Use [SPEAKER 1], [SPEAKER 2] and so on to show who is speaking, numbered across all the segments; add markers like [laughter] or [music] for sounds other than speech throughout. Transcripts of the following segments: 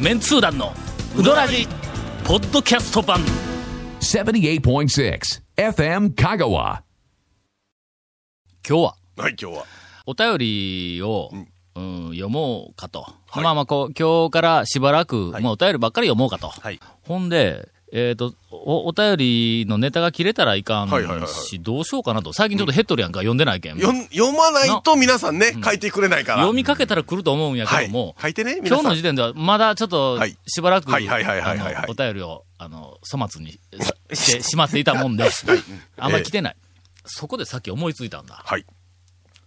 [SPEAKER 1] メンツー団のウドラジポッドキャスト版
[SPEAKER 2] 78.6 FM Kagawa.
[SPEAKER 1] 今日は
[SPEAKER 3] はい、今日は。
[SPEAKER 1] お便りを、うん読もうかと。まあまあこう、今日からしばらく、まあお便りばっかり読もうかと。
[SPEAKER 3] い
[SPEAKER 1] ほんで、えっ、とお、お便りのネタが切れたらいかんし、
[SPEAKER 3] はいはいはいはい
[SPEAKER 1] どうしようかなと。最近ちょっとヘッドリやんか、読んでないけん。
[SPEAKER 3] よん読まないと皆さんね、書いてくれないから。
[SPEAKER 1] 読みかけたら来ると思うんや
[SPEAKER 3] は
[SPEAKER 1] け
[SPEAKER 3] い
[SPEAKER 1] ども、。
[SPEAKER 3] 書いてね、
[SPEAKER 1] 今
[SPEAKER 3] 皆
[SPEAKER 1] 日
[SPEAKER 3] さ
[SPEAKER 1] の
[SPEAKER 3] ん。
[SPEAKER 1] 時点では、まだちょっと
[SPEAKER 3] はい、
[SPEAKER 1] しばらく、あ
[SPEAKER 3] はいはいはいはいはいはい
[SPEAKER 1] のお便りを、あの、粗末
[SPEAKER 3] [laughs]
[SPEAKER 1] にさしてしまっていたもんで、あんまり来てない。そこでさっき思いついたんだ。
[SPEAKER 3] はい。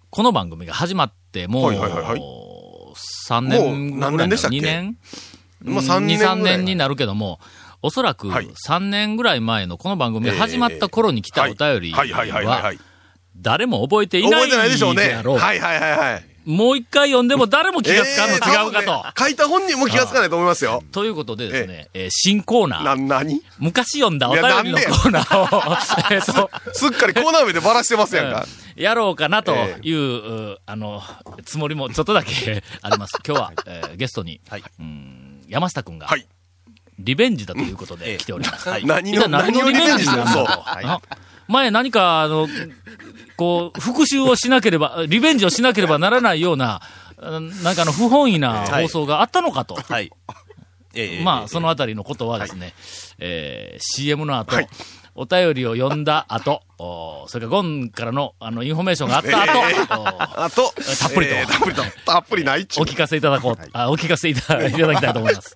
[SPEAKER 1] この番組が始まって、もう、
[SPEAKER 3] はいはいはいはい
[SPEAKER 1] 3年ぐらい
[SPEAKER 3] もう何年でしたっけ
[SPEAKER 1] 2年
[SPEAKER 3] もう3年ぐらい
[SPEAKER 1] 2 3年になるけども、おそらく
[SPEAKER 3] はい
[SPEAKER 1] 3年ぐらい前のこの番組が始まった頃に来たお
[SPEAKER 3] はい
[SPEAKER 1] 便り
[SPEAKER 3] はいはいはいはいは、。
[SPEAKER 1] はい誰も覚えていな
[SPEAKER 3] 覚
[SPEAKER 1] い
[SPEAKER 3] えてないでしょうね。
[SPEAKER 1] やろう
[SPEAKER 3] はいはいはいはい。
[SPEAKER 1] もう一回読んでも誰も気がつかんの
[SPEAKER 3] えー
[SPEAKER 1] 違うかと
[SPEAKER 3] 多分ね。書いた本人も気がつかないと思いますよ。
[SPEAKER 1] ということでですね、えー新コーナ
[SPEAKER 3] な、
[SPEAKER 1] ー、
[SPEAKER 3] なに
[SPEAKER 1] 昔読んだお便りの
[SPEAKER 3] いやなんで
[SPEAKER 1] コーナーを、 [laughs] えっと、
[SPEAKER 3] すっかりコーナー名でばらしてますやん
[SPEAKER 1] [laughs]
[SPEAKER 3] か。
[SPEAKER 1] うんやろうかなと
[SPEAKER 3] え
[SPEAKER 1] いう、うあの、つもりもちょっとだけ [laughs] あります。
[SPEAKER 3] [laughs]
[SPEAKER 1] 今日は、えーゲストに、うん山下くんが、
[SPEAKER 3] はい
[SPEAKER 1] リベンジだということで来ております。はい
[SPEAKER 3] 何
[SPEAKER 1] 一体
[SPEAKER 3] の、何をリベンジする
[SPEAKER 1] だ
[SPEAKER 3] そう。
[SPEAKER 1] ろうあ前何か、あの、こう、復讐をしなければ、リベンジをしなければならないような、うんなんかあの、不本意な放送があったのかと。
[SPEAKER 4] はい。ええ
[SPEAKER 1] まあ、
[SPEAKER 4] え
[SPEAKER 1] そのあたりのことはですね、えー CM の後、
[SPEAKER 3] はい
[SPEAKER 1] お便りを読んだ後、おーそれからゴンからの、あの、インフォメーションがあった後、おー
[SPEAKER 3] あと、
[SPEAKER 1] たっぷりと
[SPEAKER 3] えーたっぷりと。たっぷりないっちゅ
[SPEAKER 1] お
[SPEAKER 3] う
[SPEAKER 1] 聞かせいただこう、あお聞かせいただいただきたいと思い
[SPEAKER 3] [laughs]
[SPEAKER 1] ます。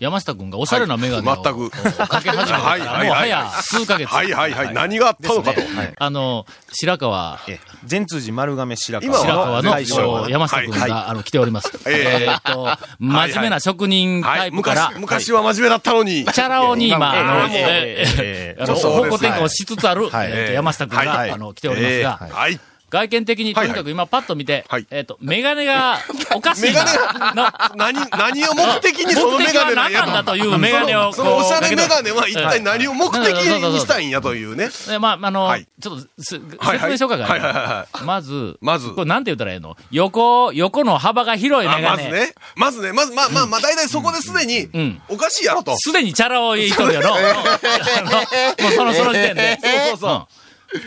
[SPEAKER 1] 山下くんがおしゃれなメガネを、
[SPEAKER 3] はい全く
[SPEAKER 1] かけ始めてか
[SPEAKER 3] はい
[SPEAKER 1] ら、
[SPEAKER 3] はいはい
[SPEAKER 1] もう早数ヶ月。
[SPEAKER 3] はいはいはい。何があったのかと。
[SPEAKER 4] はい。
[SPEAKER 1] あの、白川、
[SPEAKER 4] ええ善通寺丸亀白川。
[SPEAKER 3] 今は
[SPEAKER 1] 白川の
[SPEAKER 3] はい
[SPEAKER 1] こう山下君が、
[SPEAKER 4] はい
[SPEAKER 1] あの来ております。
[SPEAKER 3] ええ
[SPEAKER 1] えーっと、真面目な職人タ
[SPEAKER 3] は
[SPEAKER 1] イ
[SPEAKER 3] い。
[SPEAKER 1] プから、
[SPEAKER 3] 昔、昔は真面目だったのに。
[SPEAKER 1] チャラ男に今、
[SPEAKER 4] ええ
[SPEAKER 1] あの、
[SPEAKER 3] [laughs] え
[SPEAKER 1] え
[SPEAKER 3] え
[SPEAKER 1] え
[SPEAKER 4] ええ
[SPEAKER 1] あの
[SPEAKER 3] ちょっと
[SPEAKER 1] 方
[SPEAKER 3] そうです
[SPEAKER 1] 向転換をしつつある、
[SPEAKER 4] はい
[SPEAKER 1] えーっと山下君が、
[SPEAKER 4] はい
[SPEAKER 1] あの来ておりますが、
[SPEAKER 3] えーはい。
[SPEAKER 1] 外見的にと
[SPEAKER 3] はい
[SPEAKER 1] に
[SPEAKER 3] はい
[SPEAKER 1] かく今パッと見て、
[SPEAKER 3] はい
[SPEAKER 1] えーっと、メガネがおかしい
[SPEAKER 3] メ
[SPEAKER 1] な
[SPEAKER 3] ガネ
[SPEAKER 1] な。
[SPEAKER 3] 何、何を目的にその
[SPEAKER 1] 目
[SPEAKER 3] メ
[SPEAKER 1] 的
[SPEAKER 3] ガ
[SPEAKER 1] は
[SPEAKER 3] ネな
[SPEAKER 1] 何
[SPEAKER 3] んや
[SPEAKER 1] なんだというメガネをこう
[SPEAKER 3] そのおしゃれメガネは一
[SPEAKER 1] はい
[SPEAKER 3] 体何を目的にしたいんやというね。
[SPEAKER 1] えまあ、あの、
[SPEAKER 3] はい
[SPEAKER 1] ちょっとす、説
[SPEAKER 3] はいはい
[SPEAKER 1] 明しようかが、
[SPEAKER 3] はいはいはいは
[SPEAKER 1] まず、
[SPEAKER 3] まず
[SPEAKER 1] これなんて言ったらええの横、横の幅が広い
[SPEAKER 3] あ
[SPEAKER 1] メガ
[SPEAKER 3] まず
[SPEAKER 1] ネ。
[SPEAKER 3] ね。まずね、まず、まあまあまあ、大体そこですでに
[SPEAKER 1] ん、
[SPEAKER 3] おかしいやろと。
[SPEAKER 1] すでにチャラを言いとるやろ。あのもうその、その時点で。そうそうそ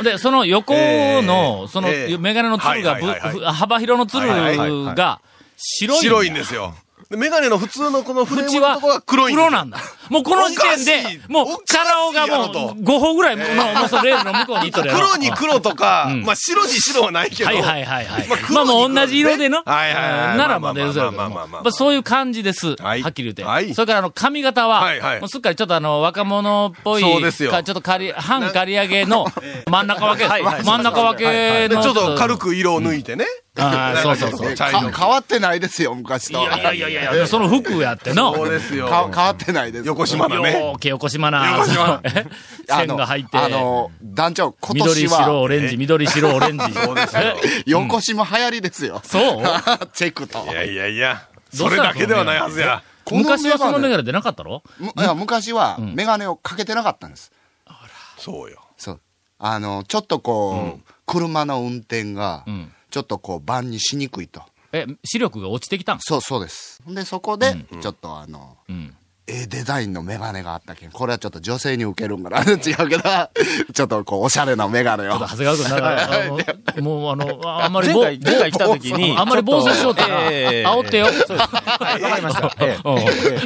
[SPEAKER 1] う。で、その横の、その、
[SPEAKER 3] ええ
[SPEAKER 1] メガネのつるがぶ、
[SPEAKER 3] はいはいはい
[SPEAKER 1] 幅広のつる
[SPEAKER 3] はい
[SPEAKER 4] はいはい
[SPEAKER 1] が、白い。
[SPEAKER 3] 白いんですよ。でメガネの普通のこのフレーム
[SPEAKER 1] 縁
[SPEAKER 3] の
[SPEAKER 1] は
[SPEAKER 3] とこが黒いんですよ。
[SPEAKER 1] なんだ。もうこの時点
[SPEAKER 3] おかし
[SPEAKER 1] で
[SPEAKER 3] い、
[SPEAKER 1] もう
[SPEAKER 3] おかし、い
[SPEAKER 1] チャラ男
[SPEAKER 3] やろ
[SPEAKER 1] がも
[SPEAKER 3] と
[SPEAKER 1] う、5歩ぐらいの、もうそのレールの向こうに行っとるやろ。
[SPEAKER 3] 黒に黒とか、
[SPEAKER 1] ん
[SPEAKER 3] まあ白に白はないけど。
[SPEAKER 1] はいはいはいはい。ま
[SPEAKER 3] ま
[SPEAKER 1] あ
[SPEAKER 3] あ、
[SPEAKER 1] ま
[SPEAKER 3] 黒に
[SPEAKER 1] あ同じ色での。
[SPEAKER 3] はいはいはい
[SPEAKER 1] うんならまあ、
[SPEAKER 3] まあまあ
[SPEAKER 1] ね、そうやけ
[SPEAKER 3] ま
[SPEAKER 1] ど
[SPEAKER 3] あ
[SPEAKER 1] も
[SPEAKER 3] まあまあまあまあ
[SPEAKER 1] やっぱそういう感じです。は
[SPEAKER 3] はい
[SPEAKER 1] っきり言って。
[SPEAKER 3] はい
[SPEAKER 1] それから、あの、髪型は、
[SPEAKER 3] はいはい
[SPEAKER 1] もうすっかりちょっとあの、若者っぽい、
[SPEAKER 3] そうですよ
[SPEAKER 1] かちょっと刈り、半刈り上げの、 [laughs] 真ん中分け、真ん中分け
[SPEAKER 3] で
[SPEAKER 1] の。
[SPEAKER 3] ちょっと軽。く色を抜いてね。
[SPEAKER 1] ああ、そうそう
[SPEAKER 3] [laughs]
[SPEAKER 1] そう。い
[SPEAKER 3] 茶色
[SPEAKER 5] か変わってないですよ、昔と。
[SPEAKER 1] やいやいやいや、その服やっての。
[SPEAKER 3] そう
[SPEAKER 1] よ
[SPEAKER 3] ですよ。
[SPEAKER 5] [laughs] か変わってないです。
[SPEAKER 3] 横島だね。
[SPEAKER 1] ーけ横島な。
[SPEAKER 3] 横
[SPEAKER 1] [laughs]
[SPEAKER 3] 島
[SPEAKER 5] あ
[SPEAKER 1] 線
[SPEAKER 5] の
[SPEAKER 1] が入って。
[SPEAKER 5] あの、団長、今
[SPEAKER 1] 緑、
[SPEAKER 5] 年
[SPEAKER 1] 白、
[SPEAKER 5] は、
[SPEAKER 1] オレンジ、緑、白、オレンジ。
[SPEAKER 3] [laughs] そうですよ。
[SPEAKER 5] 横島流行りですよ。
[SPEAKER 3] [laughs]
[SPEAKER 1] そう
[SPEAKER 5] [laughs] チェックと。
[SPEAKER 3] いやいやいや。
[SPEAKER 1] どうし
[SPEAKER 3] それ
[SPEAKER 1] たの
[SPEAKER 3] だけではないはずや。
[SPEAKER 5] このメガ
[SPEAKER 1] 昔
[SPEAKER 5] ネ
[SPEAKER 1] はそのメガネでなかったろ
[SPEAKER 5] むいや昔は、メガネをかけてなかったんです。
[SPEAKER 3] そうよ。
[SPEAKER 5] そう。あの、ちょっとこう、車の運転が、ちょっとこう、番にしにくいと。
[SPEAKER 1] え、視力が落ちてきたん
[SPEAKER 5] そうそうです。で、そこで、ちょっとあの、
[SPEAKER 1] ん
[SPEAKER 5] ええデザインのメガネがあったけん、これはちょっと女性に受けるんかな。 [laughs] 違うけど、ちょっとこう、おしゃれなメガネを。
[SPEAKER 1] 長谷川君、だから、あのもう、あの、ああんまり
[SPEAKER 4] 前
[SPEAKER 1] ぼ、
[SPEAKER 4] 回、前回来た時に。
[SPEAKER 1] あんまり暴走しようったら、煽ってよ。
[SPEAKER 4] はい、わかりました。え
[SPEAKER 1] うん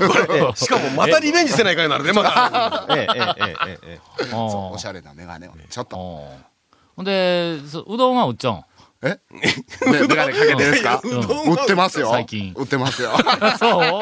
[SPEAKER 3] しかもまたリベンジせないかになるね、また。
[SPEAKER 4] え、ええ、ええ、ええ。
[SPEAKER 1] うん
[SPEAKER 5] おしゃれなメガネを。ちょっと。
[SPEAKER 1] うんほんで、そうどんは売っちゃうん。
[SPEAKER 5] えねメガネかけてるんですか
[SPEAKER 3] う
[SPEAKER 5] 売
[SPEAKER 3] どんは
[SPEAKER 5] ってますよ。
[SPEAKER 1] 最近
[SPEAKER 5] 売ってますよ。 [laughs]
[SPEAKER 1] そう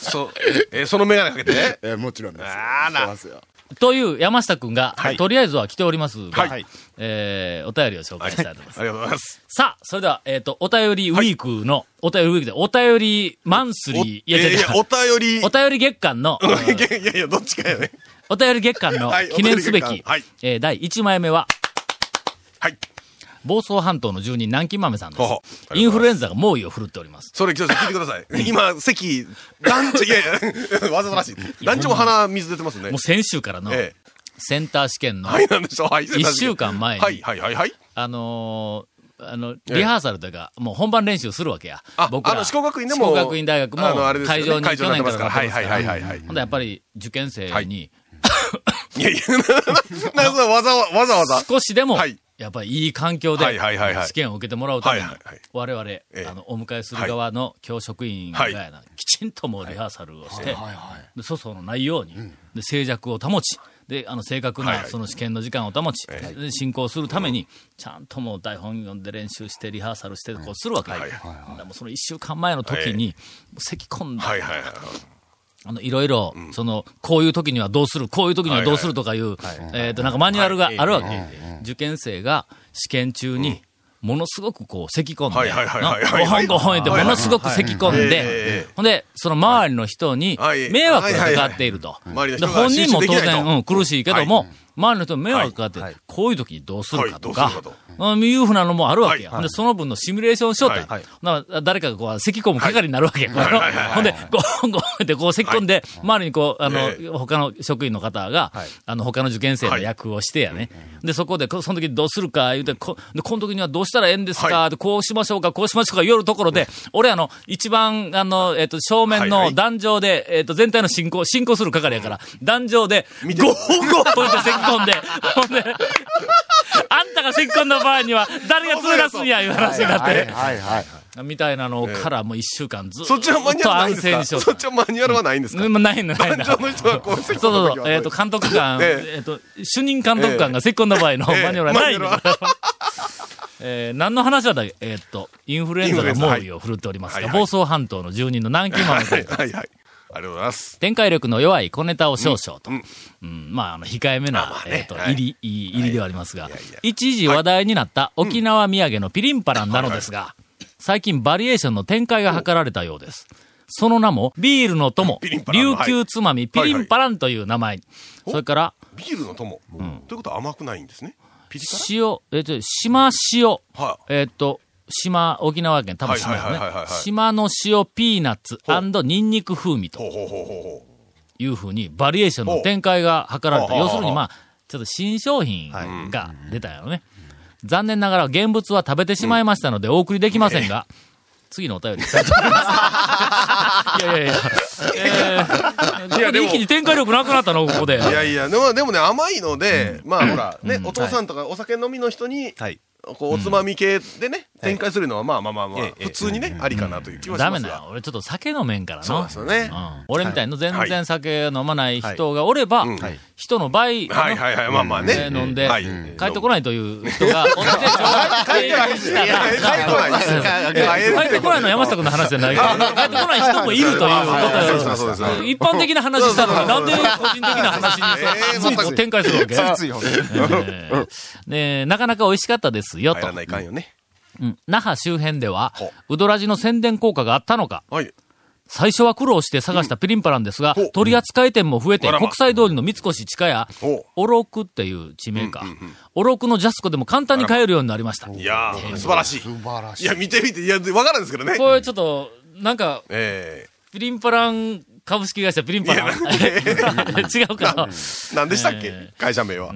[SPEAKER 3] そう。えー、そのメガネかけて。
[SPEAKER 5] えーもちろんです。
[SPEAKER 3] あら
[SPEAKER 5] 売ってますよ。
[SPEAKER 1] という山下くんが、
[SPEAKER 4] はい
[SPEAKER 1] とりあえずは来ておりますが、
[SPEAKER 4] はい
[SPEAKER 1] えー、お便りを紹介したいと思います。
[SPEAKER 3] ありがとうございます。
[SPEAKER 1] さあ、それでは、えっ、と、お便りウィークの、お便りウィークで、お便りマンス
[SPEAKER 3] お
[SPEAKER 1] リー、いや違う違う
[SPEAKER 3] お便り
[SPEAKER 1] お、便り月間の、
[SPEAKER 3] [laughs] いやいや、どっちかやね。
[SPEAKER 1] お便り月間の
[SPEAKER 3] はい
[SPEAKER 1] 記念すべ
[SPEAKER 3] お便
[SPEAKER 1] き
[SPEAKER 3] り月、間はい
[SPEAKER 1] えー第1枚目は、
[SPEAKER 3] はい。
[SPEAKER 1] 房総半島の住人、南京豆さんで
[SPEAKER 3] ほうほう
[SPEAKER 1] す。インフルエンザが猛威を振るっております。
[SPEAKER 3] それ、北さん聞いてください。今、席、団長、いやいや、 [laughs] わざとらしい。団長も鼻水出てますね
[SPEAKER 1] もう。先週からの、
[SPEAKER 3] ええ。
[SPEAKER 1] センター試験の、
[SPEAKER 3] はい、なんでしょう。はい。
[SPEAKER 1] 一週間前に
[SPEAKER 3] はい、はい、はい、はい。
[SPEAKER 1] あのーあの、
[SPEAKER 3] え
[SPEAKER 1] リハーサルというか、もう本番練習するわけや。
[SPEAKER 3] あ
[SPEAKER 1] 僕ら。
[SPEAKER 3] あの四国学院でも
[SPEAKER 1] 四国学院大学も
[SPEAKER 3] あのあれですよ
[SPEAKER 1] 会
[SPEAKER 3] ね
[SPEAKER 1] 場に、
[SPEAKER 3] 会場
[SPEAKER 1] 去
[SPEAKER 3] にな
[SPEAKER 1] 年
[SPEAKER 3] って
[SPEAKER 1] からな
[SPEAKER 3] ますか
[SPEAKER 1] っ
[SPEAKER 3] ら
[SPEAKER 1] てますから。
[SPEAKER 3] はいはいはいはいはい
[SPEAKER 1] ほんでやっぱり受験生に、
[SPEAKER 3] はいいやい [laughs] や、ななわざわざ、わざわざ。
[SPEAKER 1] 少しでも、
[SPEAKER 3] はい
[SPEAKER 1] やっぱりいい環境で、
[SPEAKER 3] はいはいはいはい
[SPEAKER 1] 試験を受けてもらうために、
[SPEAKER 3] はいはいはい
[SPEAKER 1] 我々、
[SPEAKER 3] え
[SPEAKER 1] あの、お迎えする側の教職員がやな、きちんともうリハーサルをして、 [laughs] で粗相のないように、で静寂を保ち、で、あの、正確
[SPEAKER 3] はい
[SPEAKER 1] な、
[SPEAKER 3] はい
[SPEAKER 1] その試験の時間を保ち、で進行するために、ちゃんともう台本読んで練習して、リハーサルして、こうするわけ。だ
[SPEAKER 3] はい
[SPEAKER 1] からもうその一週間前の時に、咳込んだ
[SPEAKER 3] はい、はい、はい。
[SPEAKER 1] あの、いろいろ、その、こういう時にはどうする、こういう時にはどうするとかいう、えっと、なんかマニュアルがあるわけ。受験生が試験中に、ものすごくこう、咳込ん
[SPEAKER 3] はい
[SPEAKER 1] で、
[SPEAKER 3] はいはい
[SPEAKER 1] な
[SPEAKER 3] はいはい
[SPEAKER 1] ごほんごほん言って、も
[SPEAKER 3] はい
[SPEAKER 1] のすごく咳込ん
[SPEAKER 3] は
[SPEAKER 1] で
[SPEAKER 3] いえ、
[SPEAKER 1] ほんで、その周りの人に
[SPEAKER 3] はい、
[SPEAKER 1] 迷惑がかかっていると。
[SPEAKER 3] いはいはい
[SPEAKER 1] で
[SPEAKER 3] 周りの人が
[SPEAKER 1] 本人も当
[SPEAKER 3] 集中できない
[SPEAKER 1] 然、
[SPEAKER 3] と
[SPEAKER 1] うん、苦しいけど
[SPEAKER 3] は
[SPEAKER 1] も
[SPEAKER 3] い、
[SPEAKER 1] 周りの人に迷惑がかかっ
[SPEAKER 4] は
[SPEAKER 1] て
[SPEAKER 4] い、。
[SPEAKER 1] こういう時にどうするかと
[SPEAKER 3] は
[SPEAKER 1] か
[SPEAKER 3] いどうするか、
[SPEAKER 1] うんいうふうなのもあるわけや。
[SPEAKER 3] は
[SPEAKER 1] ほんで、その分のシミュレーションしようって
[SPEAKER 3] はい
[SPEAKER 1] な誰かがこう、咳込む係になるわけや。こう
[SPEAKER 3] はいはいはい
[SPEAKER 1] ほんで、ゴーンゴーンってこう咳込ん [laughs] で、周りにこう、あ
[SPEAKER 3] ええ
[SPEAKER 1] の、他の職員の方が、あの、他の受験生の役をしてやね。で、そこで、こその時どうするか、言うて、こ、でこの時にはどうしたらええんです
[SPEAKER 3] は
[SPEAKER 1] か、でこうしましょうか、こうしましょうか、言うところで、俺あの、一番、あの、えっと、正面
[SPEAKER 3] はい
[SPEAKER 1] の
[SPEAKER 3] はい
[SPEAKER 1] 壇上で、えっと、全体の進行、進行する係やから、壇上で、ゴーゴーとして咳込んで、ほんで、あんたが咳込んだ場合には、誰が連れ出すんや、いう話になっ
[SPEAKER 5] はい
[SPEAKER 1] て、
[SPEAKER 5] はいはい。
[SPEAKER 1] みたいなのからもう一週間ずっ
[SPEAKER 3] [laughs] そっちはマニュ
[SPEAKER 1] と
[SPEAKER 3] アルな
[SPEAKER 1] 安
[SPEAKER 3] いんで
[SPEAKER 1] 静に
[SPEAKER 3] すか
[SPEAKER 1] しよう
[SPEAKER 3] そっちはマニュアルはないんですか
[SPEAKER 1] うんまあないの、ないの。
[SPEAKER 3] 団長の人がこ
[SPEAKER 1] そ
[SPEAKER 3] う、
[SPEAKER 1] うそうそう。えっ、と、監督官、えっ
[SPEAKER 3] [laughs] え、
[SPEAKER 1] と、主任監督官がセコンド場合のマ
[SPEAKER 3] ええ
[SPEAKER 1] ニュアルはないの
[SPEAKER 3] マニュアル。
[SPEAKER 1] [laughs] えー、何の話だったっけえっ、と、インフルエンザが猛威を振るっております
[SPEAKER 3] イン
[SPEAKER 1] が、
[SPEAKER 3] フルエンザは
[SPEAKER 1] 房総
[SPEAKER 3] い
[SPEAKER 1] 半島の住人の南京豆さ
[SPEAKER 3] は
[SPEAKER 1] ん
[SPEAKER 3] [laughs] い、はい、はい。ありがとうございます。
[SPEAKER 1] 展開力の弱い小ネタを少々と。う
[SPEAKER 3] うんん
[SPEAKER 1] まあ、あの、控えめな、
[SPEAKER 3] まあ
[SPEAKER 1] え
[SPEAKER 3] ね
[SPEAKER 1] っ、と、
[SPEAKER 3] はい
[SPEAKER 1] 入り、いい入りではありますが、
[SPEAKER 3] いやいや
[SPEAKER 1] 一時話題になった沖縄土産のピリンパランなのですが、最近バリエーションの展開が図られたようです。その名も、ビールの友
[SPEAKER 3] [laughs] ピリン、パラン
[SPEAKER 1] 琉
[SPEAKER 3] はい
[SPEAKER 1] 球つまみ、ピリンパランという名前。
[SPEAKER 3] お
[SPEAKER 1] それから、
[SPEAKER 3] ビールの友。ということは甘くないんですね。ピリ辛
[SPEAKER 1] 塩、えっと、島塩。
[SPEAKER 3] は
[SPEAKER 1] えっと、島、沖縄県、多分島
[SPEAKER 3] はいはいはい
[SPEAKER 1] よ
[SPEAKER 3] はい
[SPEAKER 1] ね
[SPEAKER 3] はい。
[SPEAKER 1] 島の塩ピーナッツニンニク風味
[SPEAKER 3] ほ
[SPEAKER 1] と
[SPEAKER 3] うほうほうほうほ
[SPEAKER 1] いうふうにバリエーションの展開が図られた。
[SPEAKER 3] ほう
[SPEAKER 1] 要するにまあ、ちょっと新商品が出たよね。残念ながら現物は食べてしまいましたのでお送りできませんが、次のお便りしたいと思います。いやいやいや。えーここで一気に展開力なくなったの、ここで。
[SPEAKER 3] う。いやいや、でもでもね、甘いので、まあほら、ね、お父さんとかお酒飲みの人に、
[SPEAKER 4] はい。
[SPEAKER 3] こう、おつまみ系でね、展開するのは、まあまあまあまあ
[SPEAKER 4] え、え
[SPEAKER 3] 普通にね、ありかなという気はし
[SPEAKER 1] ダメ
[SPEAKER 3] ます
[SPEAKER 1] だよ
[SPEAKER 3] が。。
[SPEAKER 1] 俺ちょっと酒飲めんからな。
[SPEAKER 3] そうなんですよね。
[SPEAKER 1] うん俺みたいな全
[SPEAKER 3] は
[SPEAKER 1] 然
[SPEAKER 3] い
[SPEAKER 1] 酒飲まない人がおれば、
[SPEAKER 3] うんはい
[SPEAKER 1] 人の倍、
[SPEAKER 3] はいはいはい、まあまあね。
[SPEAKER 1] えー飲んで
[SPEAKER 3] はい
[SPEAKER 1] 帰ってこないという人が、同じでしょ
[SPEAKER 3] 帰ってこない。
[SPEAKER 1] だから
[SPEAKER 3] 帰ってこないですよ。
[SPEAKER 1] 帰ってこないのは山下君の話じゃないけど、帰ってこない人もいるという
[SPEAKER 3] そうそう
[SPEAKER 1] こ
[SPEAKER 3] そう
[SPEAKER 1] と
[SPEAKER 3] そう
[SPEAKER 1] よ。一般的な話したのに、な
[SPEAKER 3] そ
[SPEAKER 1] ん
[SPEAKER 3] う
[SPEAKER 1] で
[SPEAKER 3] そ
[SPEAKER 1] 個
[SPEAKER 3] うそう
[SPEAKER 1] 人的な話
[SPEAKER 3] えー
[SPEAKER 1] にさ、
[SPEAKER 3] 全く
[SPEAKER 1] こう展開するわけ
[SPEAKER 4] ついほん
[SPEAKER 1] えーねえなかなか美味しかったですよ
[SPEAKER 3] 帰
[SPEAKER 1] と
[SPEAKER 3] ら。ないかんよね。
[SPEAKER 1] うん那覇周辺では
[SPEAKER 3] ほ、
[SPEAKER 1] ウドラジの宣伝効果があったのか、
[SPEAKER 3] はい。
[SPEAKER 1] 最初は苦労して探したピリンパランですが、
[SPEAKER 3] うんほう
[SPEAKER 1] 取り扱い店も増えて、
[SPEAKER 3] あらま
[SPEAKER 1] 国際通りの三越地下や
[SPEAKER 3] ほう、
[SPEAKER 1] オロクっていう地名か、オロクのジャスコでも簡単に買えるようになりました。
[SPEAKER 3] いやー、素晴らしい。
[SPEAKER 5] 素晴らし
[SPEAKER 3] い
[SPEAKER 5] い
[SPEAKER 3] や、。見てみて、いや、わからんですけどね。
[SPEAKER 1] これちょっと、なんか、
[SPEAKER 3] え
[SPEAKER 1] ピリンパラン株式会社ピリンパラン。違うかな。
[SPEAKER 3] え、何でしたっけ
[SPEAKER 1] え
[SPEAKER 3] 会社名は。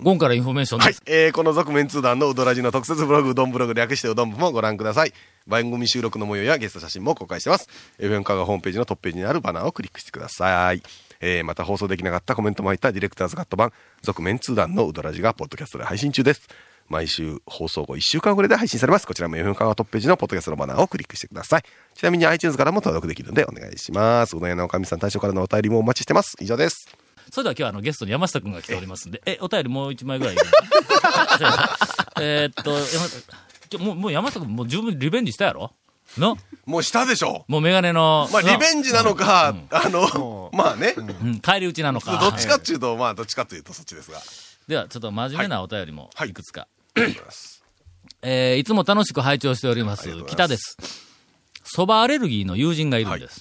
[SPEAKER 1] ゴンからインフォメーション
[SPEAKER 3] は
[SPEAKER 1] で
[SPEAKER 3] い
[SPEAKER 1] す。、
[SPEAKER 3] えーこの続面通談のうどらじの特設ブログ、うどんブログ略してうどん部もご覧ください。番組収録の模様やゲスト写真も公開してます。FM カがホームページのトップページにあるバナーをクリックしてください。えーまた放送できなかったコメントも入ったディレクターズカット版、続面通談のうどらじがポッドキャストで配信中です。毎週放送後1週間遅れで配信されます。こちらも FM カがトップページのポッドキャストのバナーをクリックしてください。ちなみに iTunes からも登録できるのでお願いします。うどん屋のおかみさん、大将からのお便りもお待ちしてます。以上です。
[SPEAKER 1] それでは今日はあのゲストに山下くんが来ておりますんで、え、お便りもう一枚ぐらい。 [laughs] えーっと、山下ちょもう、もう山下くんもう十分リベンジしたやろの
[SPEAKER 3] もうしたでしょ
[SPEAKER 1] もうメガネの、
[SPEAKER 3] まあ、リベンジなのか、あ
[SPEAKER 4] も
[SPEAKER 3] の、まあね、
[SPEAKER 1] うん、帰り討ちなのか。
[SPEAKER 3] どっちかっていうと、まあ、どっちかというとそっちですが。
[SPEAKER 1] では、ちょっと真面目なお便りも
[SPEAKER 3] はい
[SPEAKER 1] いくつか。
[SPEAKER 3] ありがとうございます
[SPEAKER 1] えーいつも楽しく拝聴しております。北です。蕎麦アレルギーの友人がいるんです。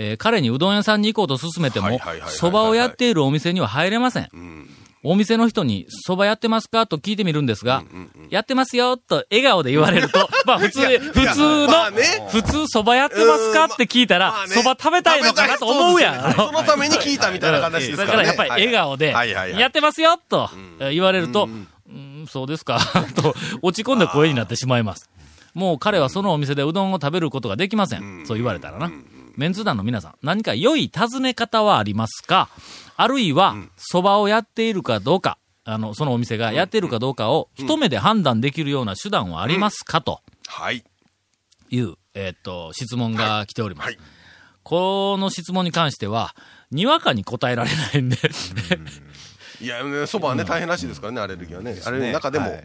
[SPEAKER 1] えー彼にうどん屋さんに行こうと勧めて
[SPEAKER 3] は
[SPEAKER 1] も
[SPEAKER 3] いはいはいはい、はい
[SPEAKER 1] 蕎麦をやっているお店には入れません。お店の人に、蕎麦やってますかと聞いてみるんですが、やってますよと笑顔で言われる
[SPEAKER 3] [laughs]
[SPEAKER 1] と、まあ普通、
[SPEAKER 3] いや
[SPEAKER 1] 普通の、
[SPEAKER 3] まあね
[SPEAKER 1] 普通蕎麦やってますかって聞いたら、
[SPEAKER 3] まあね
[SPEAKER 1] 蕎麦食べたいのかなと思うやん。
[SPEAKER 3] 食べたいそうですよねそのために聞いたみたいな形ですか
[SPEAKER 1] だ
[SPEAKER 3] ら
[SPEAKER 1] からや
[SPEAKER 3] ね。
[SPEAKER 1] っぱり笑顔で、
[SPEAKER 3] はいはいはい
[SPEAKER 1] やってますよとえー言われると、うんそうですか [laughs] と落ち込んだ声になってしまいます。もう彼はそのお店でうどんを食べることができません。そう言われたらな。メンツ団の皆さん、何か良い尋ね方はありますかあるいは、蕎麦をやっているかどうか、あの、そのお店がやっているかどうかを一目で判断できるような手段はありますかと。
[SPEAKER 3] はい。
[SPEAKER 1] いう、えーっと、質問が来ております。この質問に関しては、にわかに答えられないんで、
[SPEAKER 3] いや、ねそばはね、大変らしいですからね、アレルギーはね。アレルギーの中で
[SPEAKER 4] は
[SPEAKER 3] も
[SPEAKER 4] い、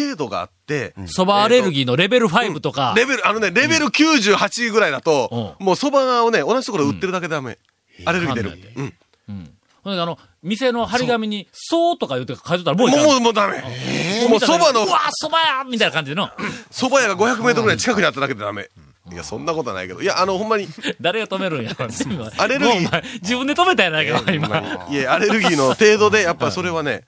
[SPEAKER 3] 程度があって、
[SPEAKER 1] そばアレルギーのレベル5とか、
[SPEAKER 3] レベル、あのね、レベル98ぐらいだと、もうそばをね、同じところで売ってるだけダメ。アレルギー出る
[SPEAKER 1] わかんな。
[SPEAKER 3] うん。
[SPEAKER 1] ほんであの、店の張り紙に、そうとか言うて書いとったらもういかん
[SPEAKER 3] もう、もうダメ。もうそばの
[SPEAKER 1] う、わそばやみたいな感じの、 [laughs]
[SPEAKER 3] そば屋が500メートルぐらい近くにあっただけでダメ。いや、そんなことはないけど。いや、あの、ほんまに、
[SPEAKER 1] 誰が止めるんやろ。
[SPEAKER 3] アレルギー
[SPEAKER 1] もうお前自分で止めたやないか、今。
[SPEAKER 3] いや、アレルギーの程度で、やっぱそれはね、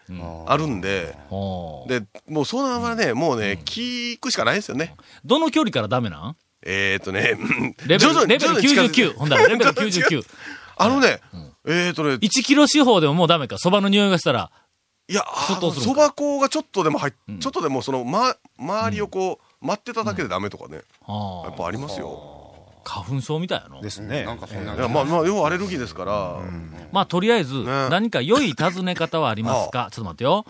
[SPEAKER 3] あるんで、
[SPEAKER 1] ほう
[SPEAKER 3] で、もうそのままね、もうね、聞くしかないですよね。
[SPEAKER 1] どの距離からダメなん
[SPEAKER 3] えーとね、
[SPEAKER 1] レベル、レベル
[SPEAKER 3] 近づいて
[SPEAKER 1] 99。ほんだら、レベル99。
[SPEAKER 3] [laughs] あのね、えーとね、
[SPEAKER 1] 1キロ四方でももうダメか。そばの匂いがしたら、
[SPEAKER 3] いや、あ
[SPEAKER 1] 外
[SPEAKER 3] の
[SPEAKER 1] をするの
[SPEAKER 3] そ
[SPEAKER 1] か
[SPEAKER 3] ば粉がちょっとでも入っ、ちょっとでもその、ま、周りをこう、待ってただけでダメとかね、
[SPEAKER 1] あ
[SPEAKER 3] や
[SPEAKER 1] あ
[SPEAKER 3] っぱありますよ。
[SPEAKER 1] 花粉症みたいやの。
[SPEAKER 4] ですね。
[SPEAKER 5] なんかそんない
[SPEAKER 3] や、まあまあ、要はアレルギーですから、
[SPEAKER 1] まあ、とりあえず、
[SPEAKER 3] ね
[SPEAKER 1] 何か良い尋ね方はありますかちょっと待ってよ。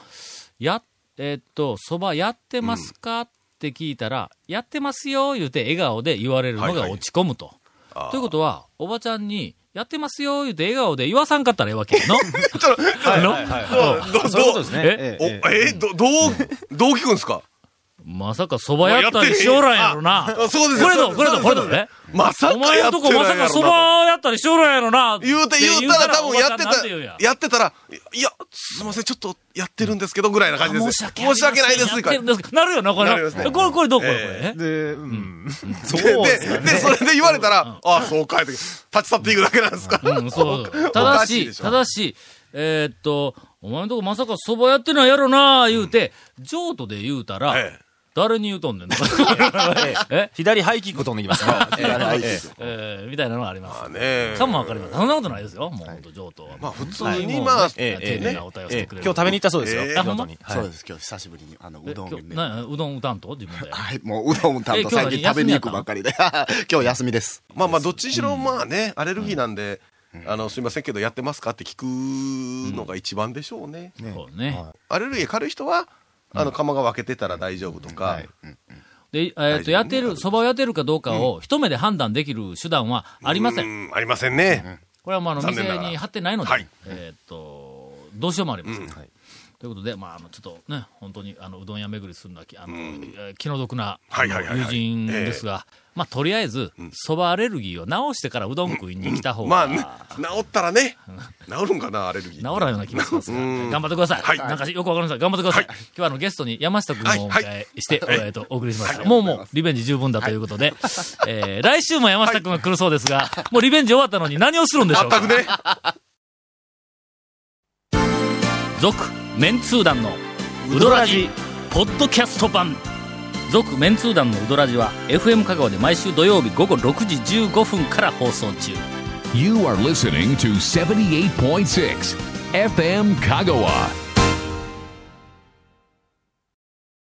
[SPEAKER 1] や、えーっと、そばやってますか、って聞いたら、やってますよ言うて笑顔で言われるの
[SPEAKER 3] はい
[SPEAKER 1] が
[SPEAKER 3] はい
[SPEAKER 1] 落ち込むと。ということは、おばちゃんに、やってますよ言うて笑顔で言わさんかったらええわけ
[SPEAKER 3] [laughs]
[SPEAKER 1] やのの
[SPEAKER 3] ど
[SPEAKER 4] そういうことですね。
[SPEAKER 1] え
[SPEAKER 3] おえーど、どう、どう聞くんですか
[SPEAKER 1] まさかそばやったりしおらんやろな。
[SPEAKER 3] あそうです
[SPEAKER 1] これだ、これだ、これだ、ね。
[SPEAKER 3] まさ
[SPEAKER 1] お
[SPEAKER 3] か
[SPEAKER 1] 前
[SPEAKER 3] や
[SPEAKER 1] の
[SPEAKER 3] っ
[SPEAKER 1] と
[SPEAKER 3] て
[SPEAKER 1] こま
[SPEAKER 3] な
[SPEAKER 1] さ
[SPEAKER 3] いや
[SPEAKER 1] かそ
[SPEAKER 3] ろな。
[SPEAKER 1] ばやったりしおらんやろな。
[SPEAKER 3] 言うて言ったら多分やって
[SPEAKER 1] おばちゃんなん言うんや
[SPEAKER 3] た、やってたら、いいや、すみません、ちょっとやってるんですけど、ぐらいな感じです。
[SPEAKER 1] 申し訳ありません
[SPEAKER 3] ないです、
[SPEAKER 1] やってるんですかなるよな、これ
[SPEAKER 3] なります
[SPEAKER 1] な。
[SPEAKER 3] ね
[SPEAKER 1] これ、これどうこれ、これ。
[SPEAKER 3] え
[SPEAKER 4] で、うん。そ
[SPEAKER 3] で、
[SPEAKER 4] うです
[SPEAKER 3] で
[SPEAKER 4] か、
[SPEAKER 3] で
[SPEAKER 4] ね。
[SPEAKER 3] それで言われたら、ああ、そうかいって、立ち去っていくだけなんですか。
[SPEAKER 1] うん、そう。た
[SPEAKER 3] お
[SPEAKER 1] だ
[SPEAKER 3] かしい
[SPEAKER 1] し、
[SPEAKER 3] でしょ
[SPEAKER 1] ただし、えーっと、お前のとこまさか蕎麦やってないやろな、言うて、譲渡で言うたら、
[SPEAKER 3] ええ
[SPEAKER 1] 誰に言うとんねんのえ
[SPEAKER 3] [laughs]
[SPEAKER 4] え左ハイキック飛んできますから。ええ
[SPEAKER 1] えーみたいなのがあります。
[SPEAKER 3] まあね
[SPEAKER 1] かもわかります。そんなことないですよ。もう本当上等は。
[SPEAKER 3] まあ普通
[SPEAKER 1] はい
[SPEAKER 3] に、
[SPEAKER 1] もう
[SPEAKER 3] まあ、
[SPEAKER 4] ええ
[SPEAKER 1] 丁寧なお便りをして
[SPEAKER 4] ええ
[SPEAKER 1] くれる。
[SPEAKER 4] 今日食べに行ったそうですよ。
[SPEAKER 3] ええ
[SPEAKER 4] 京都に。
[SPEAKER 5] そうです、今日久しぶりに、あの、うどんを
[SPEAKER 1] え今日
[SPEAKER 5] ね。
[SPEAKER 1] 何やうどん打たんと自分で。
[SPEAKER 5] はい、もううどん担
[SPEAKER 1] え今日
[SPEAKER 5] 当、
[SPEAKER 1] は
[SPEAKER 5] 最近食べに行くばっかりで。 [laughs] 今日休みです。
[SPEAKER 3] まあまあ、どっちにしろ、まあね、アレルギーなんで、あの、すいませんけど、やってますかって聞くのが一番でしょうね。
[SPEAKER 1] そうね。
[SPEAKER 3] アレルギー軽い人は、あの、釜が分けてたら大丈夫とか、
[SPEAKER 1] で、えーっと、やってる、蕎麦をやってるかどうかを一目で判断できる手段はありません。
[SPEAKER 3] うん、ありませんね。
[SPEAKER 1] これはもうあの
[SPEAKER 3] 残
[SPEAKER 1] 店
[SPEAKER 3] 念ながら
[SPEAKER 1] に貼ってないので、
[SPEAKER 3] はい
[SPEAKER 1] えーっと、どうしようもありません。ということで、まあ、あのちょっとね、本当にあのうどん屋巡りするのはきあの、えー気の毒なあ
[SPEAKER 3] はい
[SPEAKER 1] の
[SPEAKER 3] はいはいは
[SPEAKER 1] 友
[SPEAKER 3] い
[SPEAKER 1] 人ですが、まあ、とりあえず、そばアレルギーを治してからうどん食いに来た方
[SPEAKER 3] ま
[SPEAKER 1] が、
[SPEAKER 3] あね、治ったらね、治るんかな、アレルギー。
[SPEAKER 1] 治らんような気がしますが、頑張ってください。
[SPEAKER 3] はい
[SPEAKER 1] なんかよくわかりません。頑張ってください。今日はあのゲストに山下君をお迎えして、
[SPEAKER 3] はいはい
[SPEAKER 1] えーっと、お送りしました。もうもう、リベンジ十分だということで、えー来週も山下君が来るそうですが、
[SPEAKER 3] [laughs]
[SPEAKER 1] もうリベンジ終わったのに何をするんでしょうか
[SPEAKER 3] 全くね。
[SPEAKER 1] 続メンツー団のウドラジポッドキャスト版続メンツー団のウドラジは FM 香川で毎週土曜日午後6時15分から放送中
[SPEAKER 2] You are listening to 78.6 FM Kagawa.